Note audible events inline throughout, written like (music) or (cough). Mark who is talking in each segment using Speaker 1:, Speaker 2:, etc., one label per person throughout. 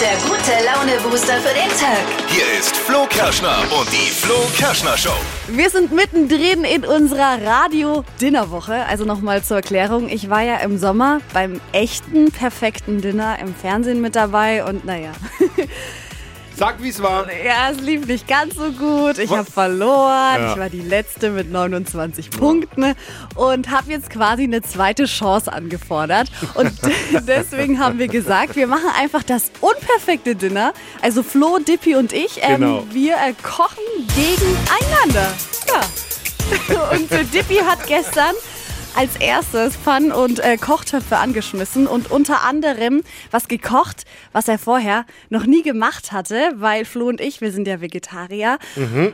Speaker 1: der gute Laune-Booster für den Tag.
Speaker 2: Hier ist Flo Kerschner und die Flo Kerschner Show.
Speaker 3: Wir sind mittendrin in unserer Radio-Dinnerwoche. Also nochmal zur Erklärung. Ich war ja im Sommer beim echten, perfekten Dinner im Fernsehen mit dabei und naja.
Speaker 4: Sag, wie es war.
Speaker 3: Ja, es lief nicht ganz so gut. Ich habe verloren. Ich war die letzte mit 29 Punkten und habe jetzt quasi eine zweite Chance angefordert. Und (laughs) deswegen haben wir gesagt, wir machen einfach das unperfekte Dinner. Also Flo, Dippi und ich, ähm,
Speaker 4: Genau.
Speaker 3: wir äh, kochen gegeneinander. Ja. Und äh, Dippi hat gestern als erstes Pfannen und äh, Kochtöpfe angeschmissen und unter anderem was gekocht, was er vorher noch nie gemacht hatte, weil Flo und ich, wir sind ja Vegetarier.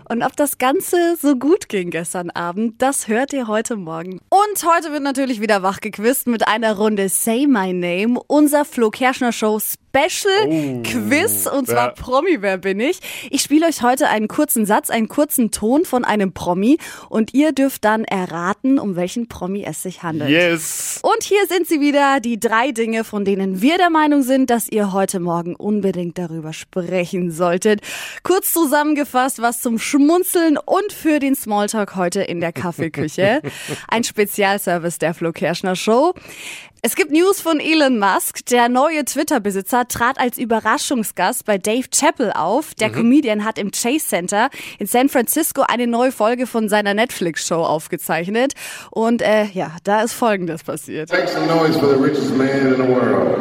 Speaker 3: Und ob das Ganze so gut ging gestern Abend, das hört ihr heute Morgen. Und heute wird natürlich wieder wachgequist mit einer Runde Say My Name, unser Flo Kerschner Show Special Quiz und zwar
Speaker 4: Oh, ja.
Speaker 3: Promi, wer bin ich? Ich spiele euch heute einen kurzen Satz, einen kurzen Ton von einem Promi und ihr dürft dann erraten, um welchen Promi es sich handelt.
Speaker 4: Yes.
Speaker 3: Und hier sind sie wieder, die drei Dinge, von denen wir der Meinung sind, dass ihr heute Morgen unbedingt darüber sprechen solltet. Kurz zusammengefasst, was zum Schmunzeln und für den Smalltalk heute in der Kaffeeküche.
Speaker 4: (laughs)
Speaker 3: Ein Spezialservice der Flo Kerschner Show. Es gibt News von Elon Musk. Der neue Twitter-Besitzer trat als Überraschungsgast bei Dave Chappell auf. Der Comedian hat im Chase Center in San Francisco eine neue Folge von seiner Netflix-Show aufgezeichnet. Und äh, ja, da ist Folgendes passiert.
Speaker 5: Make some noise for the richest man in the world.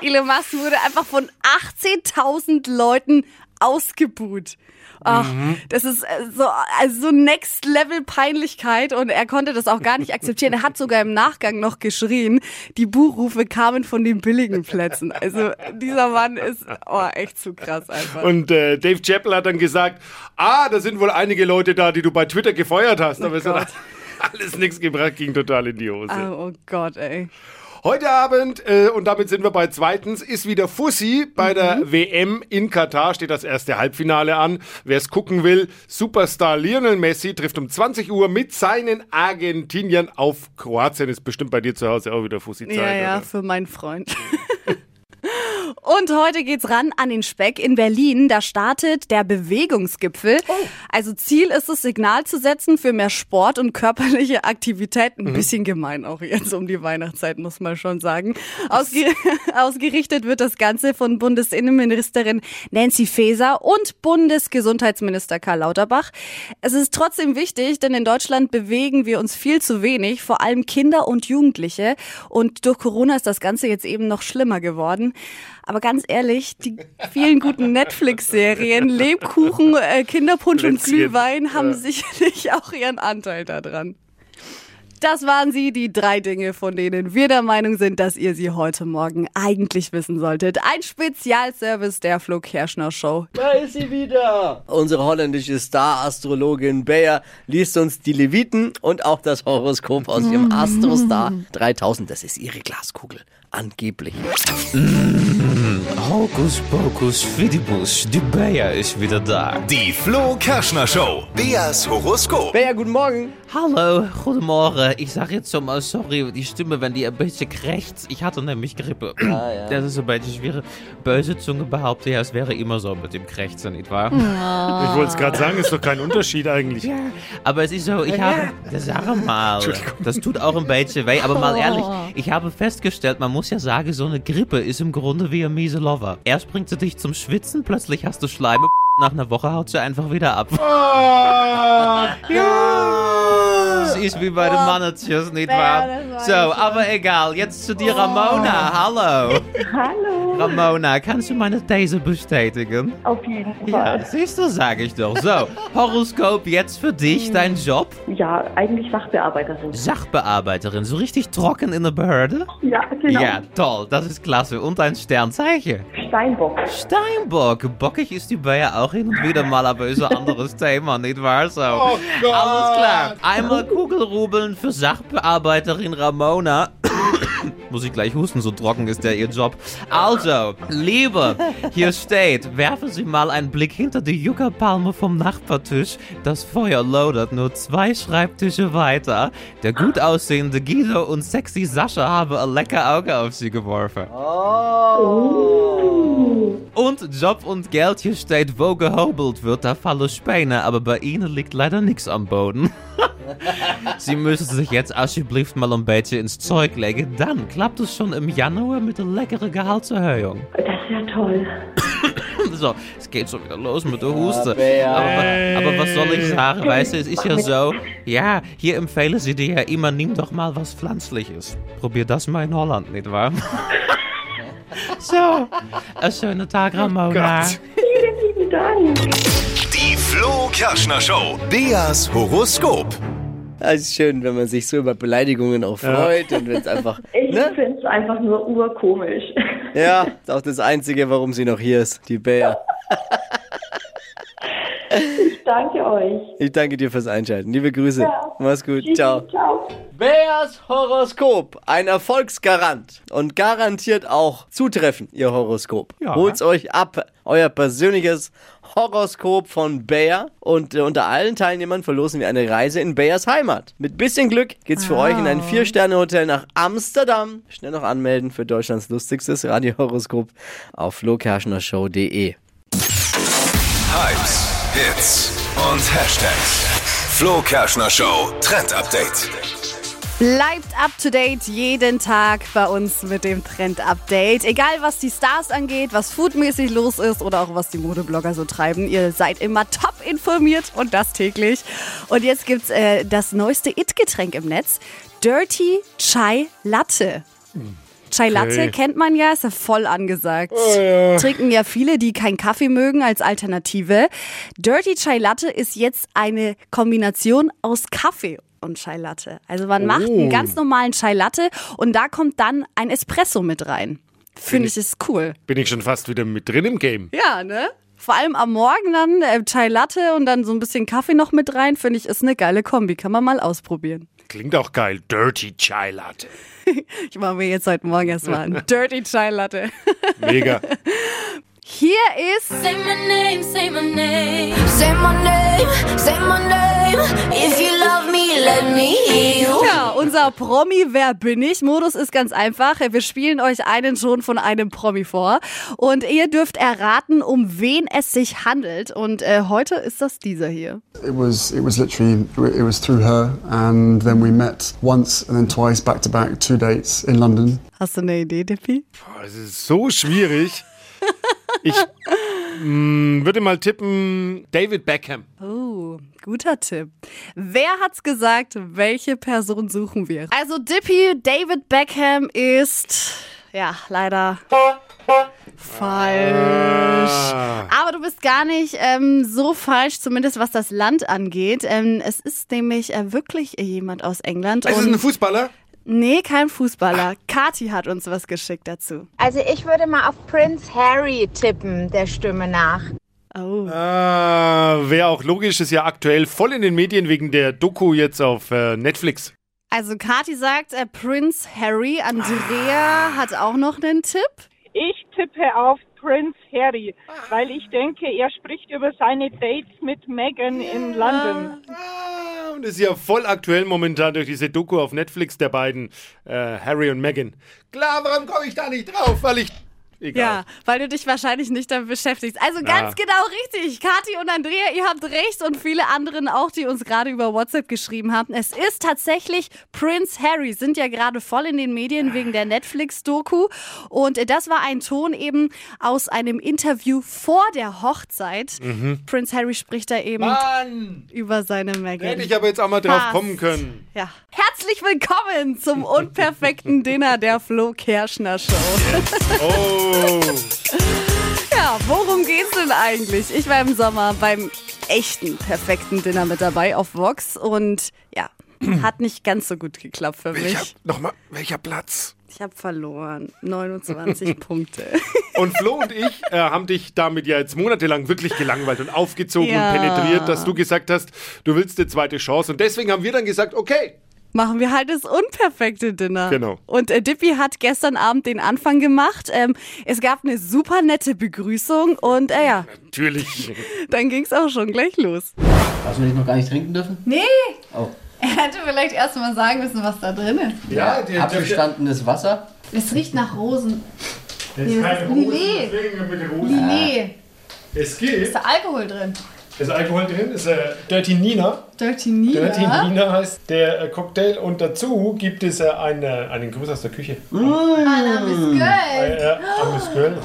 Speaker 3: Elon Musk wurde einfach von 18.000 Leuten ausgebuht. Ach, das ist äh, so, also so Next Level Peinlichkeit und er konnte das auch gar nicht akzeptieren. Er hat sogar im Nachgang noch geschrien, die Buchrufe kamen von den billigen Plätzen. Also dieser Mann ist oh, echt zu krass einfach.
Speaker 4: Und äh, Dave Chappell hat dann gesagt, ah, da sind wohl einige Leute da, die du bei Twitter gefeuert
Speaker 3: Oh
Speaker 4: hast. Aber es hat (laughs) alles nichts gebracht, ging total in die Hose.
Speaker 3: oh, oh Gott, ey.
Speaker 4: Heute Abend, äh, und damit sind wir bei zweitens, ist wieder Fussi. Bei
Speaker 3: Mhm.
Speaker 4: der WM in Katar steht das erste Halbfinale an. Wer es gucken will, Superstar Lionel Messi trifft um 20 Uhr mit seinen Argentiniern auf Kroatien. Ist bestimmt bei dir zu Hause auch wieder Fussi-Zeit.
Speaker 3: Ja, ja,
Speaker 4: oder?
Speaker 3: für meinen Freund. Und heute geht's ran an den Speck in Berlin. Da startet der Bewegungsgipfel. Also Ziel ist es, Signal zu setzen für mehr Sport und körperliche Aktivität. Ein bisschen gemein auch jetzt um die Weihnachtszeit, muss man schon sagen. Ausge (laughs) ausgerichtet wird das Ganze von Bundesinnenministerin Nancy Faeser und Bundesgesundheitsminister Karl Lauterbach. Es ist trotzdem wichtig, denn in Deutschland bewegen wir uns viel zu wenig, vor allem Kinder und Jugendliche. Und durch Corona ist das Ganze jetzt eben noch schlimmer geworden. Aber ganz ehrlich, die vielen guten Netflix-Serien, Lebkuchen, äh, Kinderpunsch und
Speaker 4: Plätzchen,
Speaker 3: Glühwein haben
Speaker 4: ja.
Speaker 3: sicherlich auch ihren Anteil daran. Das waren sie, die drei Dinge, von denen wir der Meinung sind, dass ihr sie heute Morgen eigentlich wissen solltet. Ein Spezialservice der Flo Kerschner Show.
Speaker 6: Da ist sie wieder. Unsere holländische Star-Astrologin Bayer liest uns die Leviten und auch das Horoskop aus ihrem Astrostar 3000. Das ist ihre Glaskugel. Angeblich.
Speaker 7: Hocus pocus fidibus, die Beja is weer daar.
Speaker 2: Die Flo Kerschner Show. Beas Horoskop.
Speaker 6: Bayer, guten Morgen.
Speaker 7: Hallo, goedemorgen. Ik zag jetzt schon mal, sorry, die Stimme, wenn die ein bisschen krächzt. Ich hatte nämlich Grippe.
Speaker 6: ja.
Speaker 7: (clears throat) Das ist ein bisschen schwierig. Böse Zunge behauptet ja, es wäre immer so mit dem Krächzen, nicht wahr?
Speaker 3: Oh.
Speaker 4: Ich wollte es gerade sagen, ist doch kein Unterschied eigentlich.
Speaker 7: Aber es ist so, ich habe, das sag mal, das tut auch ein bisschen weh, aber mal ehrlich, ich habe festgestellt, man muss ja sagen, so eine Grippe ist im Grunde wie ein miese Lover. Erst bringt sie dich zum Schwitzen, plötzlich hast du Schleim im (laughs) nach einer Woche haut sie einfach wieder ab.
Speaker 4: Ah,
Speaker 7: Das ist wie bei den Mannetjes, nicht wahr? So, aber egal, jetzt zu dir, Ramona, hallo.
Speaker 8: (laughs) Hallo,
Speaker 7: Ramona, kannst du meine These bestätigen?
Speaker 8: auf jeden
Speaker 7: Ja,
Speaker 8: Fall.
Speaker 7: siehst du, sag ich doch. So, Horoskop jetzt für
Speaker 8: Mm.
Speaker 7: dich, dein Job.
Speaker 8: Ja, eigentlich Sachbearbeiterin.
Speaker 7: Sachbearbeiterin, so richtig trocken in der Behörde?
Speaker 8: Ja, genau.
Speaker 7: Ja, toll, das ist klasse. Und ein Sternzeichen.
Speaker 8: Steinbock.
Speaker 7: Steinbock, bockig ist die Bayer auch hin und wieder mal, aber ist ein anderes Thema, nicht wahr? So. Oh
Speaker 4: Gott.
Speaker 7: Alles klar. Einmal Kugelrubeln für Sachbearbeiterin Ramona. (coughs) Muss ich gleich husten, so trocken ist der ihr Job. Also, Liebe, hier steht, werfen Sie mal einen Blick hinter die Juckerpalme vom Nachbartisch. Das Feuer lodert nur zwei Schreibtische weiter. Der gut aussehende Guido und sexy Sascha haben ein lecker Auge auf sie geworfen.
Speaker 6: Oh.
Speaker 7: Und Job und Geld, hier steht, wo gehobelt wird, da fallen Späne, aber bei ihnen liegt leider nichts am Boden. (laughs) Sie müssen sich jetzt alsjeblieft mal ein bisschen ins Zeug legen, dann klappt es schon im Januar mit einer leckeren Gehaltserhöhung. (laughs)
Speaker 8: Das ist ja toll.
Speaker 7: So, es geht schon wieder los mit der Huste. Aber, aber was soll ich sagen, weißt du, es ist ja so, ja, hier empfehlen sie dir ja immer, nimm doch mal was Pflanzliches. Probier das mal in Holland, nicht wahr? (laughs) So, einen schönen Tag, Ramona.
Speaker 4: Gott.
Speaker 8: Vielen lieben Dank.
Speaker 2: Die Flo Kerschner Show. Beas Horoskop.
Speaker 6: Es ist schön, wenn man sich so über Beleidigungen auch freut und wenn es einfach.
Speaker 8: Ich
Speaker 6: Ne?
Speaker 8: finde es einfach nur urkomisch. (laughs)
Speaker 6: Ja, ist auch das Einzige, warum sie noch hier ist, die Bär.
Speaker 8: Ich danke euch.
Speaker 6: Ich danke dir fürs Einschalten. Liebe Grüße. Mach's gut. Ciao.
Speaker 8: Ciao.
Speaker 6: Bärs Horoskop, ein Erfolgsgarant und garantiert auch zutreffend, ihr Horoskop. Holt's euch ab, euer persönliches Horoskop von Bär und äh, unter allen Teilnehmern verlosen wir eine Reise in Bärs Heimat. Mit bisschen Glück geht's für euch in ein Vier-Sterne-Hotel nach Amsterdam. Schnell noch anmelden für Deutschlands lustigstes Radiohoroskop auf flokerschnershow.de.
Speaker 2: Hypes, Hits und Hashtags. Flo Kerschner Show Trend Update.
Speaker 3: Bleibt up to date jeden Tag bei uns mit dem Trend Update. Egal was die Stars angeht, was foodmäßig los ist oder auch was die Modeblogger so treiben. Ihr seid immer top informiert und das täglich. Und jetzt gibt's äh, das neueste It-Getränk im Netz. Dirty Chai Latte. Chai Latte
Speaker 4: Okay. Oh,
Speaker 3: kennt man ja, ist ja voll angesagt.
Speaker 4: ja.
Speaker 3: Trinken ja viele, die keinen Kaffee mögen, als Alternative. Dirty Chai Latte ist jetzt eine Kombination aus Kaffee und Chai Latte. Also man macht einen ganz normalen Chai Latte und da kommt dann ein Espresso mit rein. Finde ich es cool.
Speaker 4: Bin ich schon fast wieder mit drin im Game.
Speaker 3: Ja, ne? Vor allem am Morgen dann äh, Chai Latte und dann so ein bisschen Kaffee noch mit rein, finde ich, ist eine geile Kombi. Kann man mal ausprobieren.
Speaker 4: Klingt auch geil. Dirty Chai Latte.
Speaker 3: Ich mache mir jetzt heute Morgen erstmal (laughs) einen Dirty Chai Latte. (laughs)
Speaker 4: Mega.
Speaker 3: Hier ist
Speaker 9: Say my name, say my name.
Speaker 10: Say my name, say my name. If you love me, let me hear you.
Speaker 3: Ja, unser Promi Wer bin ich? Modus ist ganz einfach. Wir spielen euch einen schon von einem Promi vor und ihr dürft erraten, um wen es sich handelt und äh, heute ist das dieser hier.
Speaker 11: It was it was literally it was through her, and then we met once and then twice back to back, two dates in London.
Speaker 3: Hast du eine Idee, Dippi?
Speaker 4: Boah, das ist so schwierig. Ich mm, würde mal tippen, David Beckham.
Speaker 3: Oh, guter Tipp. Wer hat's gesagt, welche Person suchen wir? Also Dippi David Beckham ist ja, leider falsch.
Speaker 4: Ah,
Speaker 3: Aber du bist gar nicht ähm, so falsch, zumindest was das Land angeht. Ähm, es ist nämlich äh, wirklich jemand aus England.
Speaker 4: ist es
Speaker 3: und-
Speaker 4: ein Fußballer?
Speaker 3: nee, kein Fußballer. Kati hat uns was geschickt dazu.
Speaker 10: Also ich würde mal auf Prince Harry tippen, der Stimme nach.
Speaker 3: Oh.
Speaker 4: Ah, Wäre auch logisch, ist ja aktuell voll in den Medien wegen der Doku jetzt auf äh, Netflix.
Speaker 3: Also Kati sagt, äh, Prinz Harry.
Speaker 4: Ah.
Speaker 3: Andrea hat auch noch einen Tipp.
Speaker 8: Ich tippe auf Prince Harry, weil ich denke, er spricht über seine Dates mit Meghan in London.
Speaker 4: Ah, Und ist ja voll aktuell momentan durch diese Doku auf Netflix der beiden, äh, Harry und Meghan. Klar, warum komme ich da nicht drauf? Weil ich. Egal.
Speaker 3: Ja, weil du dich wahrscheinlich nicht damit beschäftigst. Also ganz
Speaker 4: Ja.
Speaker 3: genau richtig. Kathi und Andrea, ihr habt recht und viele anderen auch, die uns gerade über WhatsApp geschrieben haben. Es ist tatsächlich Prince Harry, sind ja gerade voll in den Medien wegen der Netflix-Doku. Und äh, das war ein Ton eben aus einem Interview vor der Hochzeit.
Speaker 4: Mhm.
Speaker 3: Prince Harry spricht da eben
Speaker 4: Mann!
Speaker 3: über seine Meghan.
Speaker 4: Ah. Hätte ich aber jetzt auch mal drauf
Speaker 3: Fast.
Speaker 4: kommen können.
Speaker 3: Ja. Herzlich willkommen zum unperfekten Dinner der Flo Kerschner Show.
Speaker 4: Oh!
Speaker 3: Ja, worum geht's denn eigentlich? Ich war im Sommer beim echten perfekten Dinner mit dabei auf Vox und ja, hat nicht ganz so gut geklappt für mich.
Speaker 4: Nochmal, welcher Platz?
Speaker 3: Ich habe verloren.
Speaker 4: (laughs)
Speaker 3: 29 Punkte.
Speaker 4: Und Flo und ich äh, haben dich damit ja jetzt monatelang wirklich gelangweilt und aufgezogen
Speaker 3: Ja.
Speaker 4: und penetriert, dass du gesagt hast, du willst eine zweite Chance. Und deswegen haben wir dann gesagt, okay,
Speaker 3: machen wir halt das unperfekte Dinner.
Speaker 4: Genau.
Speaker 3: Und äh, Dippy hat gestern Abend den Anfang gemacht. Ähm, es gab eine super nette Begrüßung und äh, ja,
Speaker 4: Natürlich.
Speaker 3: dann ging's auch schon gleich los.
Speaker 12: Hast du nicht noch gar nicht trinken dürfen?
Speaker 13: Nee,
Speaker 12: Oh.
Speaker 13: er hätte vielleicht erst mal sagen müssen, was da drin ist.
Speaker 12: Ja, abgestandenes Wasser.
Speaker 13: Es riecht nach Rosen.
Speaker 12: ist
Speaker 13: Ja,
Speaker 12: keine
Speaker 13: Lillet. Lillet.
Speaker 4: Es geht.
Speaker 13: Ist da Alkohol drin?
Speaker 4: Ist Alkohol drin? Ist äh, Dirty Nina.
Speaker 13: Dirty Nina?
Speaker 4: Dirty Nina heißt der äh, Cocktail und dazu gibt es äh, einen, äh, einen Gruß aus der Küche.
Speaker 13: Biscuit.
Speaker 4: Äh, äh, Amis Girl.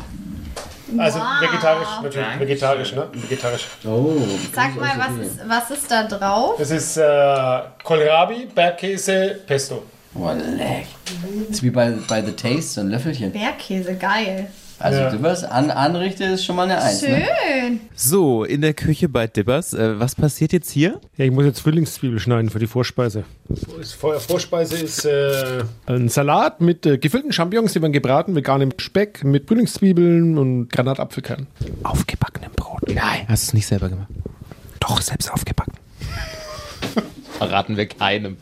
Speaker 4: Also
Speaker 13: Wow.
Speaker 4: vegetarisch, natürlich. Vegetarisch, ne? Vegetarisch. Oh.
Speaker 13: Sag mal, was ist, was ist da drauf?
Speaker 4: Das ist äh, Kohlrabi, Bergkäse, Pesto.
Speaker 12: Oh, leck. Das ist wie bei, bei The Taste, so ein Löffelchen.
Speaker 13: Bergkäse, geil.
Speaker 12: Also
Speaker 7: Ja.
Speaker 12: du wirst an, anrichte ist schon mal eine Eins. Ne?
Speaker 13: Schön.
Speaker 7: So, in der Küche bei Dippers. Äh, was passiert jetzt hier?
Speaker 4: Ja, ich muss jetzt Frühlingszwiebel schneiden für die Vorspeise. Vorspeise ist äh, ein Salat mit äh, gefüllten Champignons, die werden gebraten, veganem Speck mit Frühlingszwiebeln und Granatapfelkern. Aufgebackenem Brot. Nein.
Speaker 7: Hast du es nicht selber gemacht? Doch, selbst aufgebacken. (laughs) Verraten wir keinem.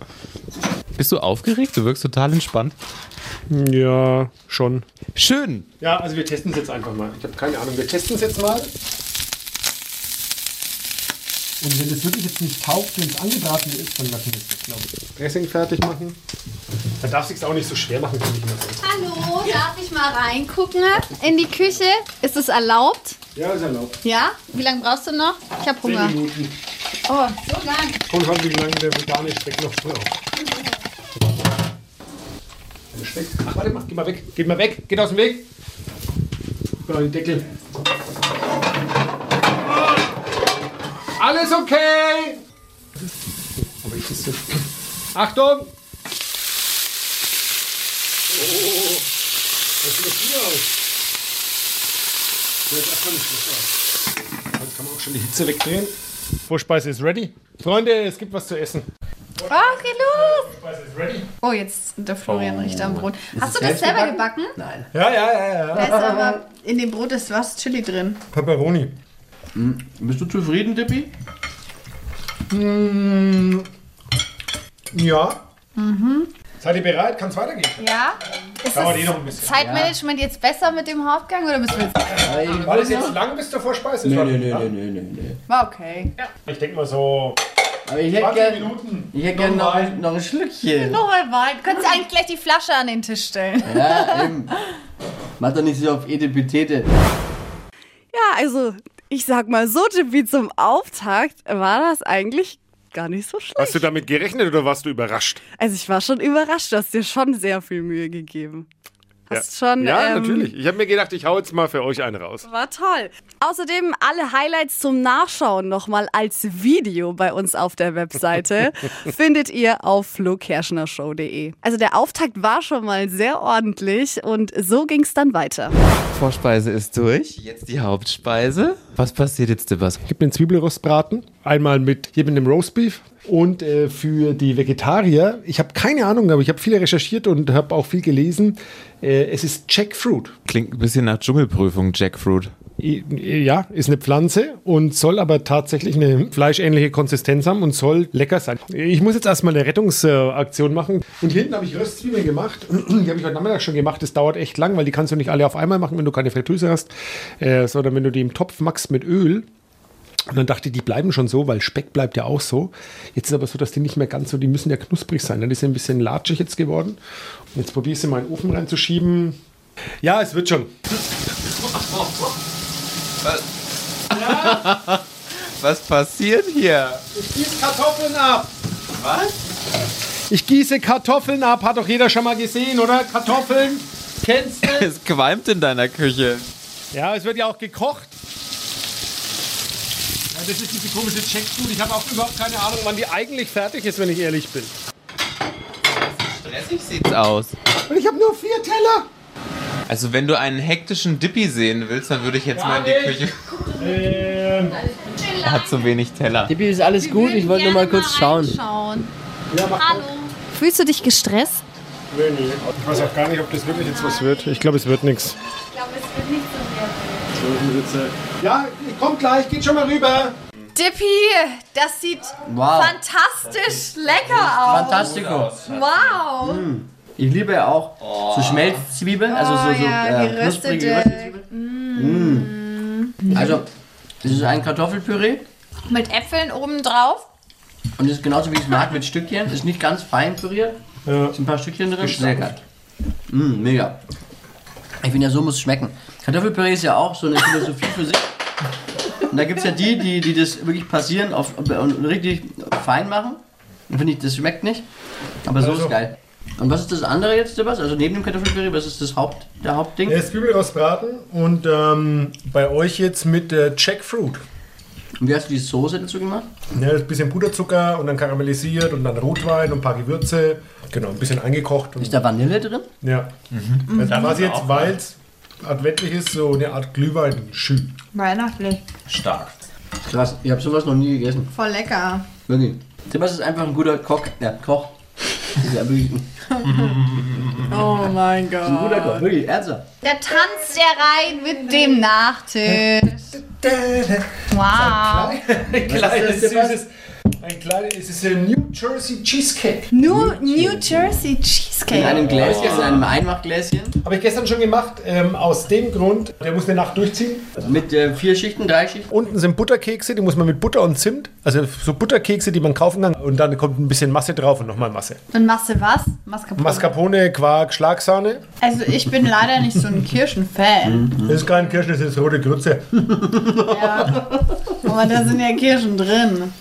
Speaker 7: Bist du aufgeregt? Du wirkst total entspannt.
Speaker 4: Ja, schon.
Speaker 7: Schön.
Speaker 4: Ja, also wir testen es jetzt einfach mal. Ich habe keine Ahnung. Wir testen es jetzt mal. Und wenn es wirklich jetzt nicht taugt, wenn es angebraten ist, dann lassen wir es jetzt, glaube ich. Dressing fertig machen. Dann darf es auch nicht so schwer machen, finde ich immer selbst.
Speaker 13: Hallo, darf ich mal reingucken in die Küche? Ist es erlaubt?
Speaker 4: Ja, ist erlaubt.
Speaker 13: Ja? Wie lange brauchst du noch? Ich habe Hunger.
Speaker 4: Zehn Minuten.
Speaker 13: Oh, so lang.
Speaker 4: Kommt halt, wie lange der vegane Speck noch braucht. Der Speck. Ach, warte mal, geh mal weg. Geht mal weg. Geht aus dem Weg. Ja, den Deckel. Alles okay! Aber ich Oh, wusste. Achtung! Was sieht oh. das hier aus? Das sieht erstmal nicht schlecht aus. Dann kann man auch schon die Hitze wegdrehen. Vorspeise ist ready. Freunde, es gibt was zu essen.
Speaker 13: Oh, geht los.
Speaker 4: Ist ready?
Speaker 13: Oh, jetzt der Florian
Speaker 4: Oh.
Speaker 13: riecht am Brot.
Speaker 4: Ist
Speaker 13: Hast
Speaker 4: es
Speaker 13: du das
Speaker 4: selbst
Speaker 13: selber gebacken?
Speaker 12: Nein.
Speaker 4: Ja, ja, ja,
Speaker 13: Da ist aber in dem Brot ist was Chili drin.
Speaker 4: Pepperoni.
Speaker 12: Bist du zufrieden, Dippy?
Speaker 4: Ja. Seid ihr bereit? Kann es weitergehen?
Speaker 13: Mhm. Ja? Ist
Speaker 4: Dauert eh
Speaker 13: das
Speaker 4: noch ein bisschen.
Speaker 13: Zeitmanagement jetzt besser mit dem Hauptgang oder müssen wir jetzt.
Speaker 4: War das jetzt lang bis zur Vorspeise?
Speaker 12: Nee,
Speaker 4: War-
Speaker 12: nee, nee,
Speaker 4: Ja?
Speaker 12: nee, nee, nee.
Speaker 13: War okay.
Speaker 4: Ich denke mal so.
Speaker 12: Aber ich hätte
Speaker 4: 20
Speaker 12: gerne
Speaker 4: Minuten.
Speaker 12: hätt gern noch, ein- noch ein Schlückchen.
Speaker 13: Nochmal Wein. Könntest du eigentlich gleich die Flasche an den Tisch stellen?
Speaker 12: Ja, eben. Mach doch nicht so auf Etepetete.
Speaker 3: Ja, also ich sag mal so, Tippi, zum Auftakt war das eigentlich gar nicht so schlecht.
Speaker 4: Hast du damit gerechnet oder warst du überrascht?
Speaker 3: Also ich war schon überrascht, du hast dir schon sehr viel Mühe gegeben. Hast
Speaker 4: ja.
Speaker 3: schon,
Speaker 4: Ja,
Speaker 3: ähm,
Speaker 4: natürlich. Ich habe mir gedacht, ich hau jetzt mal für euch einen raus.
Speaker 3: War toll. Außerdem alle Highlights zum Nachschauen nochmal als Video bei uns auf der
Speaker 4: (laughs)
Speaker 3: Webseite findet ihr auf flokerschnershow.de. Also der Auftakt war schon mal sehr ordentlich und so ging es dann weiter.
Speaker 7: Vorspeise ist durch. Jetzt die Hauptspeise. Was passiert jetzt, Dippers?
Speaker 4: Gibt einen Zwiebelrostbraten, einmal mit hier mit dem Roastbeef und äh, für die Vegetarier. Ich habe keine Ahnung, aber ich habe viel recherchiert und habe auch viel gelesen. Äh, es ist Jackfruit.
Speaker 7: Klingt ein bisschen nach Dschungelprüfung, Jackfruit.
Speaker 4: I- Ja, ist eine Pflanze und soll aber tatsächlich eine fleischähnliche Konsistenz haben und soll lecker sein. Ich muss jetzt erstmal eine Rettungsaktion machen. Und hier hinten habe ich Röstzwiebeln gemacht. (clears throat) Die habe ich heute Nachmittag schon gemacht. Das dauert echt lang, weil die kannst du nicht alle auf einmal machen, wenn du keine Fritteuse hast, äh, sondern wenn du die im Topf machst mit Öl. Und dann dachte ich, die bleiben schon so, weil Speck bleibt ja auch so. Jetzt ist aber so, dass die nicht mehr ganz so, die müssen ja knusprig sein. ne? Die sind ein bisschen latschig jetzt geworden. Und jetzt probiere ich sie mal in den Ofen reinzuschieben. Ja, es wird schon.
Speaker 7: Was passiert
Speaker 4: Äh,
Speaker 7: hier?
Speaker 4: Ich gieße Kartoffeln ab. Was? Ich gieße Kartoffeln ab, hat doch jeder schon mal gesehen, oder? Kartoffeln, kennst du?
Speaker 7: Es qualmt in deiner Küche.
Speaker 4: Ja, es wird ja auch gekocht. Ja, das ist diese komische Checkfood. Ich habe auch überhaupt keine Ahnung, wann die eigentlich fertig ist, wenn ich ehrlich bin.
Speaker 7: Stressig sieht's aus.
Speaker 4: Und ich habe nur vier Teller.
Speaker 7: Also wenn du einen hektischen Dippy sehen willst, dann würde ich jetzt mal in die Küche. Er hat zu wenig Teller.
Speaker 12: Dippy, ist alles gut? Ich wollte nur mal kurz schauen.
Speaker 13: Schauen.
Speaker 4: Ja, mach
Speaker 13: Hallo. Fühlst du dich gestresst?
Speaker 4: Nee, nee. Ich weiß auch gar nicht, ob das wirklich jetzt was wird. Ich glaube, es wird nichts.
Speaker 13: Ich glaube, es wird nicht so werden.
Speaker 4: Ja, kommt gleich, geht schon mal rüber.
Speaker 8: Dippy, das sieht
Speaker 7: Wow.
Speaker 8: fantastisch lecker aus.
Speaker 7: Fantastico.
Speaker 8: Wow.
Speaker 7: Ich liebe ja auch so Schmelzzwiebeln, also so, so
Speaker 8: oh, ja,
Speaker 7: äh, knusprige geröstete
Speaker 8: geröstete.
Speaker 7: Zwiebeln. Mm. Also, das ist ein Kartoffelpüree
Speaker 8: Mit Äpfeln oben drauf.
Speaker 7: und das ist genauso wie ich es mag mit Stückchen. Ist nicht ganz fein püriert, sind ein paar Stückchen drin. Sehr geil. Mm, mega. Ich finde ja, so muss es schmecken. Kartoffelpüree ist ja auch so eine Philosophie für sich. Und da gibt es ja die, die, die das wirklich passieren auf, und richtig fein machen. Und finde ich, das schmeckt nicht. Aber so
Speaker 4: Also.
Speaker 7: ist geil. Und was ist das andere jetzt, Sebastian? Also neben dem Kartoffelpüree, was ist das Haupt, der Hauptding?
Speaker 4: Ja, Zwiebel ausbraten und ähm, bei euch jetzt mit äh, Jackfruit.
Speaker 7: Und wie hast du die Soße dazu gemacht?
Speaker 4: Ja, ein bisschen Puderzucker und dann karamellisiert und dann Rotwein und ein paar Gewürze. Genau, ein bisschen eingekocht. Und
Speaker 7: Ist da Vanille drin?
Speaker 4: Ja. Mhm. Also quasi jetzt, weil es adventlich ist, so eine Art Glühwein-Schü.
Speaker 8: Weihnachtlich.
Speaker 7: Stark. Krass, ich habe sowas noch nie gegessen.
Speaker 8: Voll lecker.
Speaker 7: Wirklich. Sebastian ist einfach ein guter Koch. Ja, Koch. Das ist ja wirklich ein
Speaker 8: (laughs) Oh mein
Speaker 7: ein guter Koch,
Speaker 8: Gott.
Speaker 7: wirklich, ernsthaft.
Speaker 8: Da tanzt der rein mit dem Nachtisch. Wow.
Speaker 4: (laughs) Ein
Speaker 8: kleines,
Speaker 4: süßes. Ein kleines, es ist ein New Jersey Cheesecake.
Speaker 8: New, New Jersey Cheesecake.
Speaker 7: In einem Gläschen, in einem Einmachgläschen.
Speaker 4: Habe ich gestern schon gemacht, ähm, aus dem Grund, der muss eine Nacht durchziehen.
Speaker 7: Mit äh, vier Schichten, drei Schichten.
Speaker 4: Unten sind Butterkekse, die muss man mit Butter und Zimt, also so Butterkekse, die man kaufen kann. Und dann kommt ein bisschen Masse drauf und nochmal Masse.
Speaker 8: Dann machst du was? Mascarpone.
Speaker 4: Mascarpone, Quark, Schlagsahne.
Speaker 8: also ich bin leider nicht so ein Kirschenfan.
Speaker 4: Das ist kein Kirschen, das ist rote Grütze.
Speaker 8: Aber da sind ja Kirschen drin.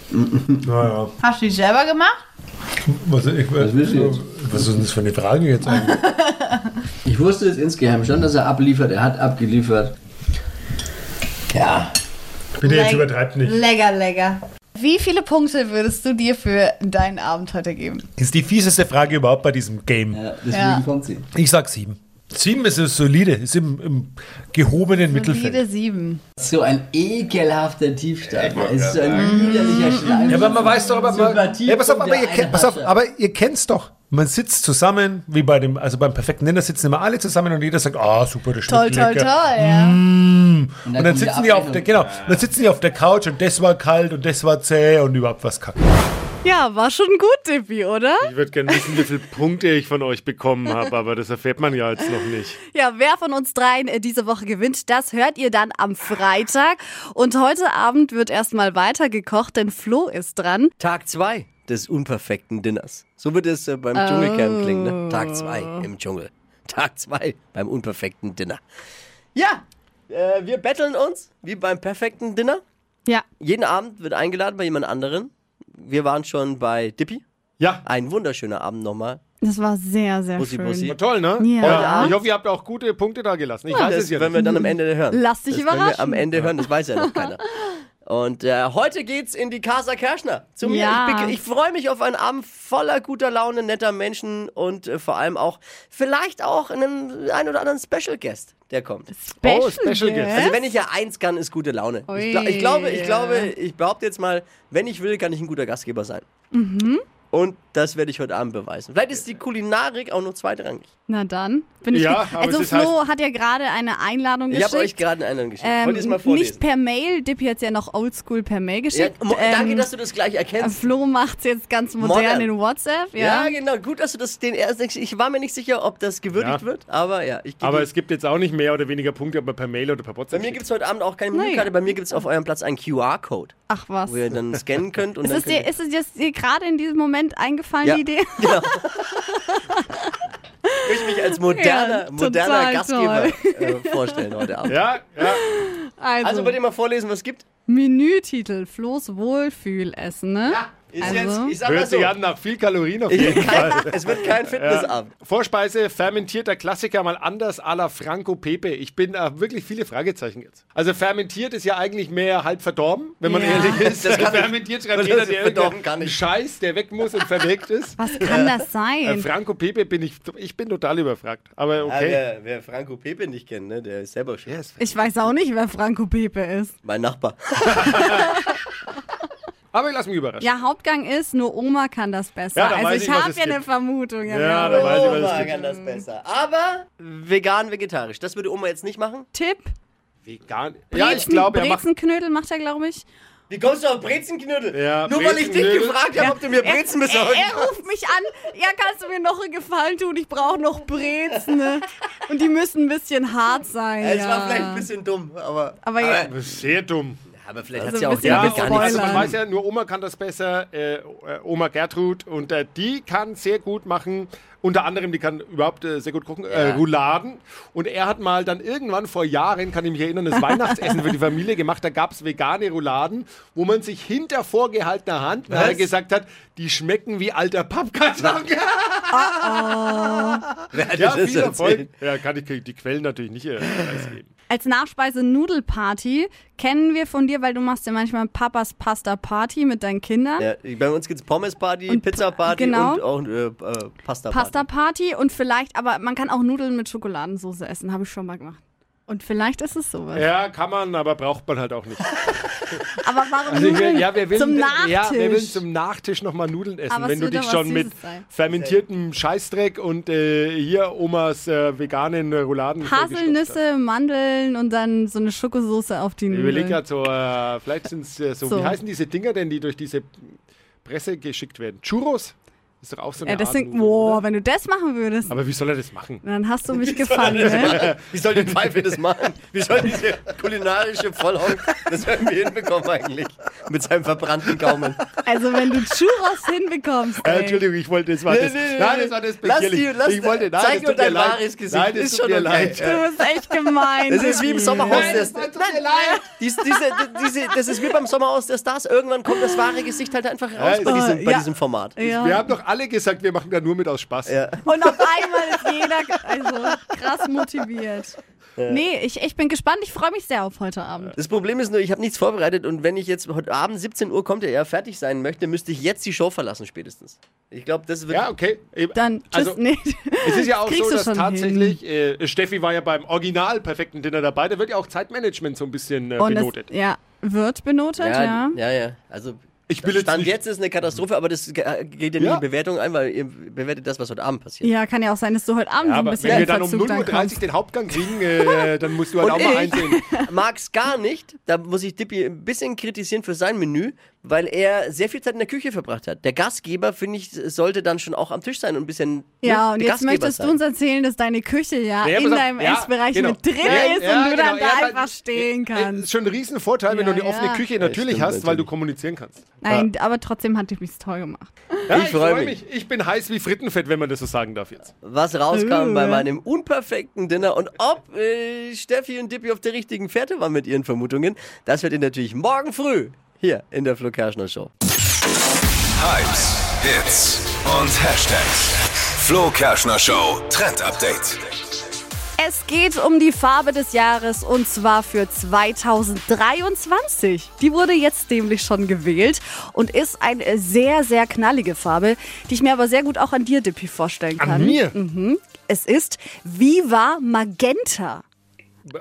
Speaker 4: Naja,
Speaker 8: Hast du die selber gemacht?
Speaker 4: was, ich, was, was ist denn das für eine Frage jetzt eigentlich?
Speaker 7: Ich wusste es insgeheim schon, dass er abliefert. Er hat abgeliefert. Ja.
Speaker 4: Bitte jetzt
Speaker 8: Like-
Speaker 4: übertreibt nicht.
Speaker 8: Lecker, lecker. Wie viele Punkte würdest du dir für deinen Abend heute geben?
Speaker 4: Ist die fieseste Frage überhaupt bei diesem Game.
Speaker 7: Äh, Deswegen
Speaker 8: Ja.
Speaker 7: kommt sie.
Speaker 4: Ich sag sieben. Sieben ist es solide, ist im, im gehobenen Mittelfeld.
Speaker 8: Solide sieben.
Speaker 7: So ein ekelhafter Tiefstart. Es ist so ein
Speaker 4: sagen.
Speaker 7: widerlicher Schleim.
Speaker 4: Ja, aber man weiß doch, aber, man,
Speaker 7: Sympathie
Speaker 4: ja, pass auf,
Speaker 7: kommt
Speaker 4: aber,
Speaker 7: der
Speaker 4: ihr
Speaker 7: eine
Speaker 4: kennt, pass auf,
Speaker 7: Hasche.
Speaker 4: aber ihr kennt's doch. Man sitzt zusammen, wie bei dem, also beim perfekten Nenner sitzen immer alle zusammen und jeder sagt, ah, super, das
Speaker 8: Toll,
Speaker 4: schmeckt
Speaker 8: toll, toll,
Speaker 4: lecker.
Speaker 8: ja.
Speaker 4: Mm. Und
Speaker 7: dann
Speaker 4: dann,
Speaker 7: kommt die
Speaker 4: sitzen die auf der, genau, dann sitzen die auf der Couch und das war kalt und das war zäh und überhaupt was kacke.
Speaker 3: Ja, war schon gut, Dippi, oder?
Speaker 11: Ich würde gerne wissen,
Speaker 3: (laughs)
Speaker 11: wie viele Punkte ich von euch bekommen habe, aber das erfährt man ja jetzt noch nicht.
Speaker 3: Ja, wer von uns dreien äh, diese Woche gewinnt, das hört ihr dann am Freitag. Und heute Abend wird erstmal weitergekocht, denn Flo ist dran.
Speaker 6: Tag 2 des unperfekten Dinners. So wird es äh, beim
Speaker 3: Oh.
Speaker 6: Dschungelcamp klingen. Ne? Tag 2 im Dschungel. Tag 2 beim unperfekten Dinner. Ja, äh, wir betteln uns wie beim perfekten Dinner.
Speaker 3: Ja.
Speaker 6: Jeden Abend wird eingeladen bei jemand anderen. Wir waren schon bei Dippy.
Speaker 11: Ja.
Speaker 6: Ein wunderschöner Abend nochmal.
Speaker 3: Das war sehr, sehr
Speaker 6: Bussi,
Speaker 3: schön.
Speaker 6: Bussi.
Speaker 11: War toll, ne?
Speaker 3: Ja.
Speaker 11: Ich hoffe, ihr habt auch gute Punkte da gelassen. Ich
Speaker 6: Ja,
Speaker 11: weiß
Speaker 6: Ah, das
Speaker 11: es ja
Speaker 6: werden
Speaker 11: nicht.
Speaker 6: wir dann am Ende hören.
Speaker 3: Lass dich
Speaker 6: das werden
Speaker 3: überraschen.
Speaker 6: Wir am Ende hören, das weiß ja noch keiner. Und äh, heute geht's in die Casa Kerschner. Zu mir.
Speaker 3: Ja.
Speaker 6: Ich, bege- ich freue mich auf einen Abend voller guter Laune, netter Menschen und äh, vor allem auch vielleicht auch einen ein oder anderen Special Guest, der kommt.
Speaker 3: Special Oh, Special Guest. Guest.
Speaker 6: Also wenn ich ja eins kann, ist gute Laune. Ich, gla
Speaker 3: Ui.
Speaker 6: ich glaube, ich glaube, ich behaupte jetzt mal, wenn ich will, kann ich ein guter Gastgeber sein.
Speaker 3: Mhm.
Speaker 6: Und das werde ich heute Abend beweisen. Vielleicht ist die Kulinarik auch nur zweitrangig.
Speaker 3: Na dann. Bin ich
Speaker 6: Ja,
Speaker 3: ge-
Speaker 6: aber
Speaker 3: also
Speaker 6: es ist
Speaker 3: Flo hat ja gerade eine Einladung
Speaker 6: Ich habe euch
Speaker 3: geschickt.
Speaker 6: gerade einen anderen geschickt.
Speaker 3: Ähm,
Speaker 6: Wollt ihr es mal vorlesen?
Speaker 3: nicht per Mail, Dippy hat ja noch oldschool per Mail
Speaker 6: Ja,
Speaker 3: geschickt.
Speaker 6: mo- danke,
Speaker 3: Ähm,
Speaker 6: dass du das gleich erkennst.
Speaker 3: Flo macht's jetzt ganz modern,
Speaker 6: Modern.
Speaker 3: in WhatsApp.
Speaker 6: Ja,
Speaker 3: Ja,
Speaker 6: genau. Gut, dass du das den ersten. Ich war mir nicht sicher, ob das gewürdigt
Speaker 11: Ja.
Speaker 6: wird, aber ja. Ich geb
Speaker 11: Aber
Speaker 6: dir-
Speaker 11: es gibt jetzt auch nicht mehr oder weniger Punkte, ob man per Mail oder per
Speaker 6: bei
Speaker 11: WhatsApp
Speaker 6: mir
Speaker 11: schickt.
Speaker 6: gibt es heute Abend auch keine Menükarte. Bei mir gibt es auf eurem Platz einen QR-Code,
Speaker 3: Ach was.
Speaker 6: wo ihr dann scannen könnt. Und
Speaker 3: Ist
Speaker 6: dann
Speaker 3: es,
Speaker 6: könnt
Speaker 3: dir, ist es dir- ist dir gerade in diesem Moment eingefallen,
Speaker 6: Ja.
Speaker 3: die Idee?
Speaker 6: (laughs) ihr- ich mich als moderner,
Speaker 3: Ja,
Speaker 6: moderner
Speaker 3: total
Speaker 6: Gastgeber
Speaker 3: toll.
Speaker 6: äh, vorstellen heute Abend.
Speaker 11: Ja,
Speaker 6: (laughs)
Speaker 11: ja.
Speaker 3: (laughs) Also,
Speaker 6: Also wollt ihr mal vorlesen, was es gibt?
Speaker 3: Menütitel, Flo's Wohlfühlessen, ne? Ja,
Speaker 6: Ist
Speaker 3: also,
Speaker 6: jetzt, ich sag mal
Speaker 11: Hört
Speaker 6: so.
Speaker 11: sich
Speaker 6: (laughs)
Speaker 11: an nach viel Kalorien auf
Speaker 6: Ich-
Speaker 11: jeden Fall.
Speaker 6: es wird kein Fitnessabend.
Speaker 11: Ja. Vorspeise, fermentierter Klassiker, mal anders à la Franco Pepe. Ich bin da wirklich viele Fragezeichen jetzt. Also fermentiert ist ja eigentlich mehr halb verdorben, wenn man
Speaker 14: Ja.
Speaker 11: ehrlich ist.
Speaker 14: Das kann ich-
Speaker 11: (laughs) fermentiert schreibt
Speaker 14: das
Speaker 11: jeder,
Speaker 14: ist
Speaker 11: der
Speaker 14: verdorben
Speaker 11: irgendeinen Scheiß, der weg muss und verwelkt ist.
Speaker 3: Was kann das
Speaker 11: Äh,
Speaker 3: sein?
Speaker 11: Franco Pepe bin ich, ich bin total überfragt. Aber
Speaker 6: Ah,
Speaker 11: okay.
Speaker 6: wer, wer Franco Pepe nicht kennt, ne, der ist selber schön.
Speaker 3: Ich weiß auch nicht, wer Franco Pepe ist.
Speaker 6: Mein Nachbar.
Speaker 11: Aber ich lasse mich überraschen.
Speaker 3: Ja, Hauptgang ist, nur Oma kann das besser.
Speaker 6: Ja, da
Speaker 3: also
Speaker 6: weiß
Speaker 3: ich,
Speaker 6: ich, was
Speaker 3: habe
Speaker 6: es
Speaker 3: ja eine
Speaker 6: gibt.
Speaker 3: Vermutung.
Speaker 6: da
Speaker 3: genau.
Speaker 6: Oma kann Oh das besser. Aber vegan, vegetarisch. Das würde Oma jetzt nicht machen.
Speaker 3: Tipp.
Speaker 11: Vegan.
Speaker 3: Brezen, Brezenknödel macht er, glaube ich.
Speaker 6: Wie kommst du auf Brezenknödel?
Speaker 4: Ja,
Speaker 6: Nur weil ich dich
Speaker 4: Brezenknödel.
Speaker 6: gefragt habe, ob du mir Brezen besorgen
Speaker 3: er, er ruft mich an, ja, kannst du mir noch einen Gefallen tun? Ich brauche noch Brezen. Ne? Und die müssen ein bisschen hart sein.
Speaker 6: Es
Speaker 3: ja.
Speaker 6: war vielleicht ein bisschen dumm, aber.
Speaker 3: Aber ja-
Speaker 4: Sehr dumm.
Speaker 6: Aber vielleicht
Speaker 4: Also
Speaker 6: hat sie
Speaker 4: ein
Speaker 6: auch
Speaker 4: bisschen
Speaker 6: damit gar nichts
Speaker 4: Also
Speaker 6: zu
Speaker 4: man
Speaker 6: tun.
Speaker 4: weiß ja, nur Oma kann das besser, äh, äh, Oma Gertrud. Und äh, die kann sehr gut machen, unter anderem, die kann überhaupt äh, sehr gut kochen, äh,
Speaker 15: Ja.
Speaker 4: Rouladen. Und er hat mal dann irgendwann vor Jahren, kann ich mich erinnern, das Weihnachtsessen für die Familie gemacht. Da gab es vegane Rouladen, wo man sich hinter vorgehaltener Hand nachher
Speaker 6: Was?
Speaker 4: gesagt hat, die schmecken wie alter Pappkarton.
Speaker 6: (laughs) Wer hat
Speaker 4: (laughs) ja,
Speaker 6: dir das
Speaker 4: viel Erfolg.
Speaker 6: erzählt?
Speaker 4: Ja, kann ich die Quellen natürlich nicht äh, preisgeben.
Speaker 3: Als Nachspeise Nudelparty kennen wir von dir, weil du machst ja manchmal Papas Pasta Party mit deinen Kindern.
Speaker 6: Ja, bei uns gibt's Pommes-Party, Pizza-Party
Speaker 3: genau.
Speaker 6: und auch äh, äh, Pasta-Party. (laughs)
Speaker 3: Pasta Party und vielleicht, aber man kann auch Nudeln mit Schokoladensauce essen, habe ich schon mal gemacht. Und vielleicht ist es sowas.
Speaker 4: Ja, kann man, aber braucht man halt auch nicht.
Speaker 3: Aber warum
Speaker 4: Also ich
Speaker 3: Nudeln
Speaker 4: will, ja, wir will,
Speaker 3: zum Nachtisch?
Speaker 4: Ja, wir will zum Nachtisch nochmal Nudeln essen,
Speaker 3: Aber es
Speaker 4: wenn du
Speaker 3: wird
Speaker 4: dich
Speaker 3: doch was
Speaker 4: schon
Speaker 3: Süßes
Speaker 4: mit
Speaker 3: sein.
Speaker 4: fermentiertem Scheißdreck und äh, hier Omas äh, veganen Rouladen vollgestopft hast.
Speaker 3: Haselnüsse, Mandeln und dann so eine Schokosoße auf die
Speaker 4: Ich
Speaker 3: Nudeln.
Speaker 4: überlege gerade so, äh, vielleicht sind es äh, so,
Speaker 3: So.
Speaker 4: wie heißen diese Dinger denn, die durch diese Presse geschickt werden? Churros? Ist doch auch so eine
Speaker 3: ja, das
Speaker 4: Art
Speaker 3: sind,
Speaker 4: Nudel.
Speaker 3: boah, wenn du das machen würdest,
Speaker 4: Aber wie soll er das machen?
Speaker 3: dann hast du
Speaker 4: (laughs)
Speaker 3: mich
Speaker 6: Wie soll
Speaker 3: gefangen.
Speaker 6: er das
Speaker 3: ne?
Speaker 6: machen? Wie soll die Pfeife das machen? Wie soll diese kulinarische Vollhorn das irgendwie hinbekommen eigentlich? Mit seinem verbrannten Gaumen.
Speaker 3: Also wenn du Churros hinbekommst,
Speaker 4: Äh,
Speaker 3: ey.
Speaker 4: Entschuldigung, ich wollte, das war das. nein, das war das
Speaker 6: lass
Speaker 4: beschwerlich.
Speaker 6: die, lass
Speaker 4: Ich wollte, nein,
Speaker 6: zeig
Speaker 4: das
Speaker 6: mir
Speaker 4: tut mir
Speaker 6: dein
Speaker 4: leid.
Speaker 6: wahres Gesicht.
Speaker 4: Nein, das
Speaker 6: ist
Speaker 4: tut
Speaker 6: schon
Speaker 4: mir
Speaker 6: okay.
Speaker 4: leid.
Speaker 3: Du bist echt gemein.
Speaker 6: Das ist wie im
Speaker 3: Vicky.
Speaker 6: Sommerhaus der
Speaker 4: Nein,
Speaker 6: Nein, dies, diese, diese, das ist wie beim Sommerhaus der Stars. Irgendwann kommt das wahre Gesicht halt einfach raus
Speaker 4: Ja,
Speaker 6: bei,
Speaker 4: es-
Speaker 6: diesem, bei
Speaker 4: ja.
Speaker 6: diesem Format.
Speaker 3: Ja.
Speaker 4: Wir haben doch alle gesagt, wir machen da nur mit aus Spaß.
Speaker 3: Und auf einmal ist jeder ge- also krass motiviert.
Speaker 6: Ja.
Speaker 3: Nee, ich, ich bin gespannt. Ich freue mich sehr auf heute Abend.
Speaker 6: Das Problem ist nur, ich habe nichts vorbereitet und wenn ich jetzt heute Abend 17 Uhr kommt, er ja fertig sein möchte, müsste ich jetzt die Show verlassen spätestens. Ich glaube, das wird.
Speaker 4: Ja, okay. Eben.
Speaker 3: Dann tschüss.
Speaker 4: Also-
Speaker 3: nee.
Speaker 4: Es ist ja auch
Speaker 3: Kriegst
Speaker 4: so,
Speaker 3: du
Speaker 4: dass
Speaker 3: schon
Speaker 4: tatsächlich, äh, Steffi war ja beim original perfekten Dinner dabei, da wird ja auch Zeitmanagement so ein bisschen äh,
Speaker 3: Und das,
Speaker 4: benotet.
Speaker 3: ja, wird benotet, ja.
Speaker 6: ja, ja, ja. Also
Speaker 4: Ich will jetzt
Speaker 6: Stand
Speaker 4: nicht-
Speaker 6: jetzt ist eine Katastrophe, aber das ge- geht ja nicht
Speaker 4: Ja.
Speaker 6: in die Bewertung ein, weil ihr bewertet das, was heute Abend passiert.
Speaker 3: Ja, kann ja auch sein, dass du heute Abend
Speaker 4: Ja,
Speaker 3: so ein
Speaker 4: aber
Speaker 3: bisschen
Speaker 4: wenn wir
Speaker 3: in
Speaker 4: dann um
Speaker 3: Verzug dann
Speaker 4: 0.30
Speaker 3: kommst.
Speaker 4: Uhr den Hauptgang kriegen, äh,
Speaker 3: (laughs)
Speaker 4: dann musst du halt
Speaker 6: Und
Speaker 4: auch mal
Speaker 6: ich
Speaker 4: einsehen.
Speaker 6: mag's gar nicht. Da muss ich Dippy ein bisschen kritisieren für sein Menü, weil er sehr viel Zeit in der Küche verbracht hat. Der Gastgeber, finde ich, sollte dann schon auch am Tisch sein und ein bisschen. ne,
Speaker 3: Ja, und
Speaker 6: der
Speaker 3: jetzt
Speaker 6: Gastgeber
Speaker 3: möchtest
Speaker 6: sein.
Speaker 3: du uns erzählen, dass deine Küche ja,
Speaker 4: Ja,
Speaker 3: in
Speaker 4: pass auf.
Speaker 3: deinem
Speaker 4: Ja,
Speaker 3: Essbereich
Speaker 4: genau.
Speaker 3: mit drin
Speaker 4: Ja,
Speaker 3: ist
Speaker 4: ja,
Speaker 3: und du
Speaker 4: genau.
Speaker 3: dann
Speaker 4: Ja,
Speaker 3: da
Speaker 4: weil-
Speaker 3: einfach stehen
Speaker 4: Das ist
Speaker 3: kannst.
Speaker 4: schon ein Riesenvorteil, wenn
Speaker 3: Ja,
Speaker 4: du eine offene
Speaker 3: ja.
Speaker 4: Küche
Speaker 6: Ja,
Speaker 4: natürlich
Speaker 6: stimmt
Speaker 4: hast, weil du kommunizieren kannst.
Speaker 3: Nein, aber trotzdem hat Dippy's toll gemacht.
Speaker 4: Ja,
Speaker 6: Ich freu
Speaker 4: freu
Speaker 6: mich.
Speaker 4: Ich bin heiß wie Frittenfett, wenn man das so sagen darf jetzt.
Speaker 6: was rauskam
Speaker 3: Äh.
Speaker 6: bei meinem unperfekten Dinner und ob äh, Steffi und Dippy auf der richtigen Fährte waren mit ihren Vermutungen, das wird ihr natürlich morgen früh hier in der Flo Kerschner Show.
Speaker 2: Hypes, Hits und Hashtags. Flo Kerschner Show Trend Update.
Speaker 3: Es geht um die Farbe des Jahres und zwar für 2023. Die wurde jetzt nämlich schon gewählt und ist eine sehr, sehr knallige Farbe, die ich mir aber sehr gut auch an dir, Dippy, vorstellen
Speaker 4: An
Speaker 3: kann.
Speaker 4: mir?
Speaker 3: Mhm. Es ist Viva Magenta.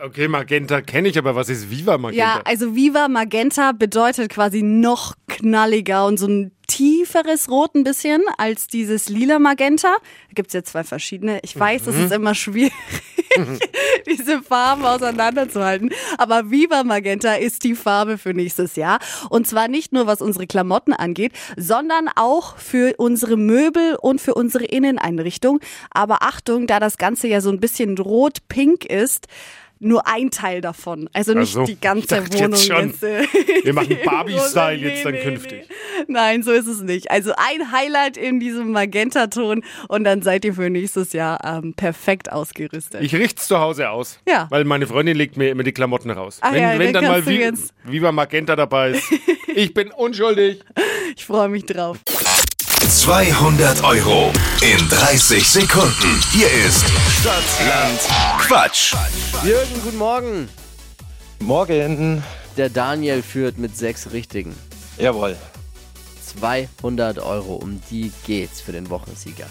Speaker 4: Okay, Magenta kenne ich, aber was ist Viva
Speaker 3: Ja,
Speaker 4: Magenta?
Speaker 3: also Viva Magenta bedeutet quasi noch knalliger und so ein tieferes Rot ein bisschen als dieses lila Magenta. Da gibt's ja zwei verschiedene. Ich weiß, es ist immer schwierig, (laughs) diese Farben auseinanderzuhalten. Aber Viva Magenta ist die Farbe für nächstes Jahr. Und zwar nicht nur, was unsere Klamotten angeht, sondern auch für unsere Möbel und für unsere Inneneinrichtung. Aber Achtung, da das Ganze ja so ein bisschen rot-pink ist, nur ein Teil davon. Also nicht
Speaker 4: Ach so.
Speaker 3: die ganze
Speaker 4: Ich dachte
Speaker 3: Wohnung.
Speaker 4: jetzt schon.
Speaker 3: äh,
Speaker 4: (laughs)
Speaker 3: (laughs)
Speaker 4: Wir machen
Speaker 3: die
Speaker 4: Barbie-Style
Speaker 3: große-
Speaker 4: jetzt dann
Speaker 3: nee, nee,
Speaker 4: künftig.
Speaker 3: Nee. Nein, so ist es nicht. Also ein Highlight in diesem Magentaton und dann seid ihr für nächstes Jahr ähm, perfekt ausgerüstet.
Speaker 4: Ich richte es zu Hause aus,
Speaker 3: Ja.
Speaker 4: weil meine Freundin legt mir immer die Klamotten raus.
Speaker 3: Ach
Speaker 4: wenn
Speaker 3: ja,
Speaker 4: wenn
Speaker 3: dann
Speaker 4: dann mal
Speaker 3: kannst du
Speaker 4: Vi-
Speaker 3: jetzt-
Speaker 4: Viva Magenta dabei
Speaker 3: (laughs)
Speaker 4: ist. ich bin Oh, unschuldig.
Speaker 3: ich freue mich drauf.
Speaker 2: 200 Euro in 30 Sekunden. Hier ist Stadtland Quatsch.
Speaker 6: Jürgen, guten Morgen.
Speaker 16: Morgen.
Speaker 6: Der Daniel führt mit sechs Richtigen.
Speaker 16: Jawohl.
Speaker 6: 200 Euro, um die geht's für den Wochensieger.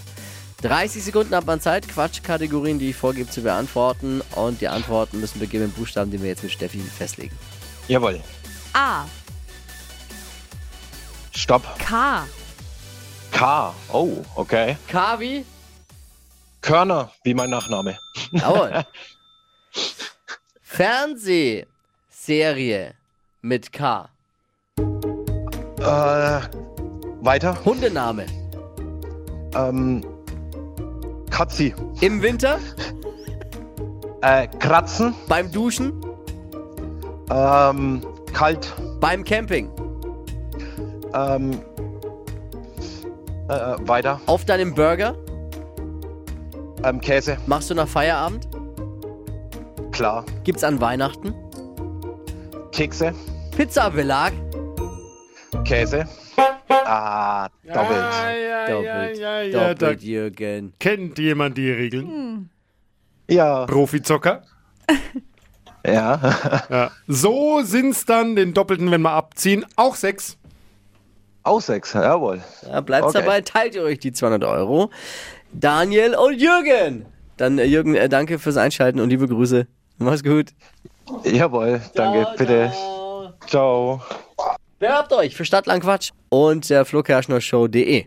Speaker 6: 30 Sekunden hat man Zeit, Quatschkategorien, die ich vorgebe, zu beantworten. Und die Antworten müssen beginnen mit Buchstaben, die wir jetzt mit Steffi festlegen.
Speaker 16: Jawohl.
Speaker 3: A.
Speaker 16: Stopp.
Speaker 3: K.
Speaker 16: K. Oh, okay.
Speaker 6: K wie?
Speaker 16: Körner, wie mein Nachname.
Speaker 2: (laughs)
Speaker 6: Jawohl. Fernsehserie mit K.
Speaker 2: Äh, weiter.
Speaker 6: Hundename.
Speaker 2: Ähm, Katzi.
Speaker 6: Im Winter?
Speaker 2: Äh, kratzen.
Speaker 6: Beim Duschen?
Speaker 2: Ähm, kalt.
Speaker 6: Beim Camping?
Speaker 2: Ähm, äh, weiter.
Speaker 6: Auf deinem Burger?
Speaker 2: Ähm, Käse.
Speaker 6: Machst du nach Feierabend?
Speaker 2: Klar.
Speaker 6: Gibt's an Weihnachten?
Speaker 2: Kekse.
Speaker 6: Pizzabelag?
Speaker 2: Käse. Ah, doppelt.
Speaker 6: Doppelt.
Speaker 4: ja, ja,
Speaker 6: Doppelt,
Speaker 4: da-
Speaker 6: Jürgen.
Speaker 4: Kennt jemand die Regeln?
Speaker 2: Ja.
Speaker 4: Profizocker?
Speaker 2: Ja.
Speaker 4: Ja. So sind's dann den Doppelten, wenn wir abziehen, auch sechs.
Speaker 2: Auch sechs, jawohl.
Speaker 6: Ja, bleibt
Speaker 2: Okay.
Speaker 6: dabei, teilt ihr euch die 200 Euro. Daniel und Jürgen. Dann äh, Jürgen, äh, danke fürs Einschalten und liebe Grüße. Mach's gut.
Speaker 2: Jawohl, danke, bitte. Ciao.
Speaker 6: Bewerbt euch für Stadtlang Quatsch und der flokerschnershow.de.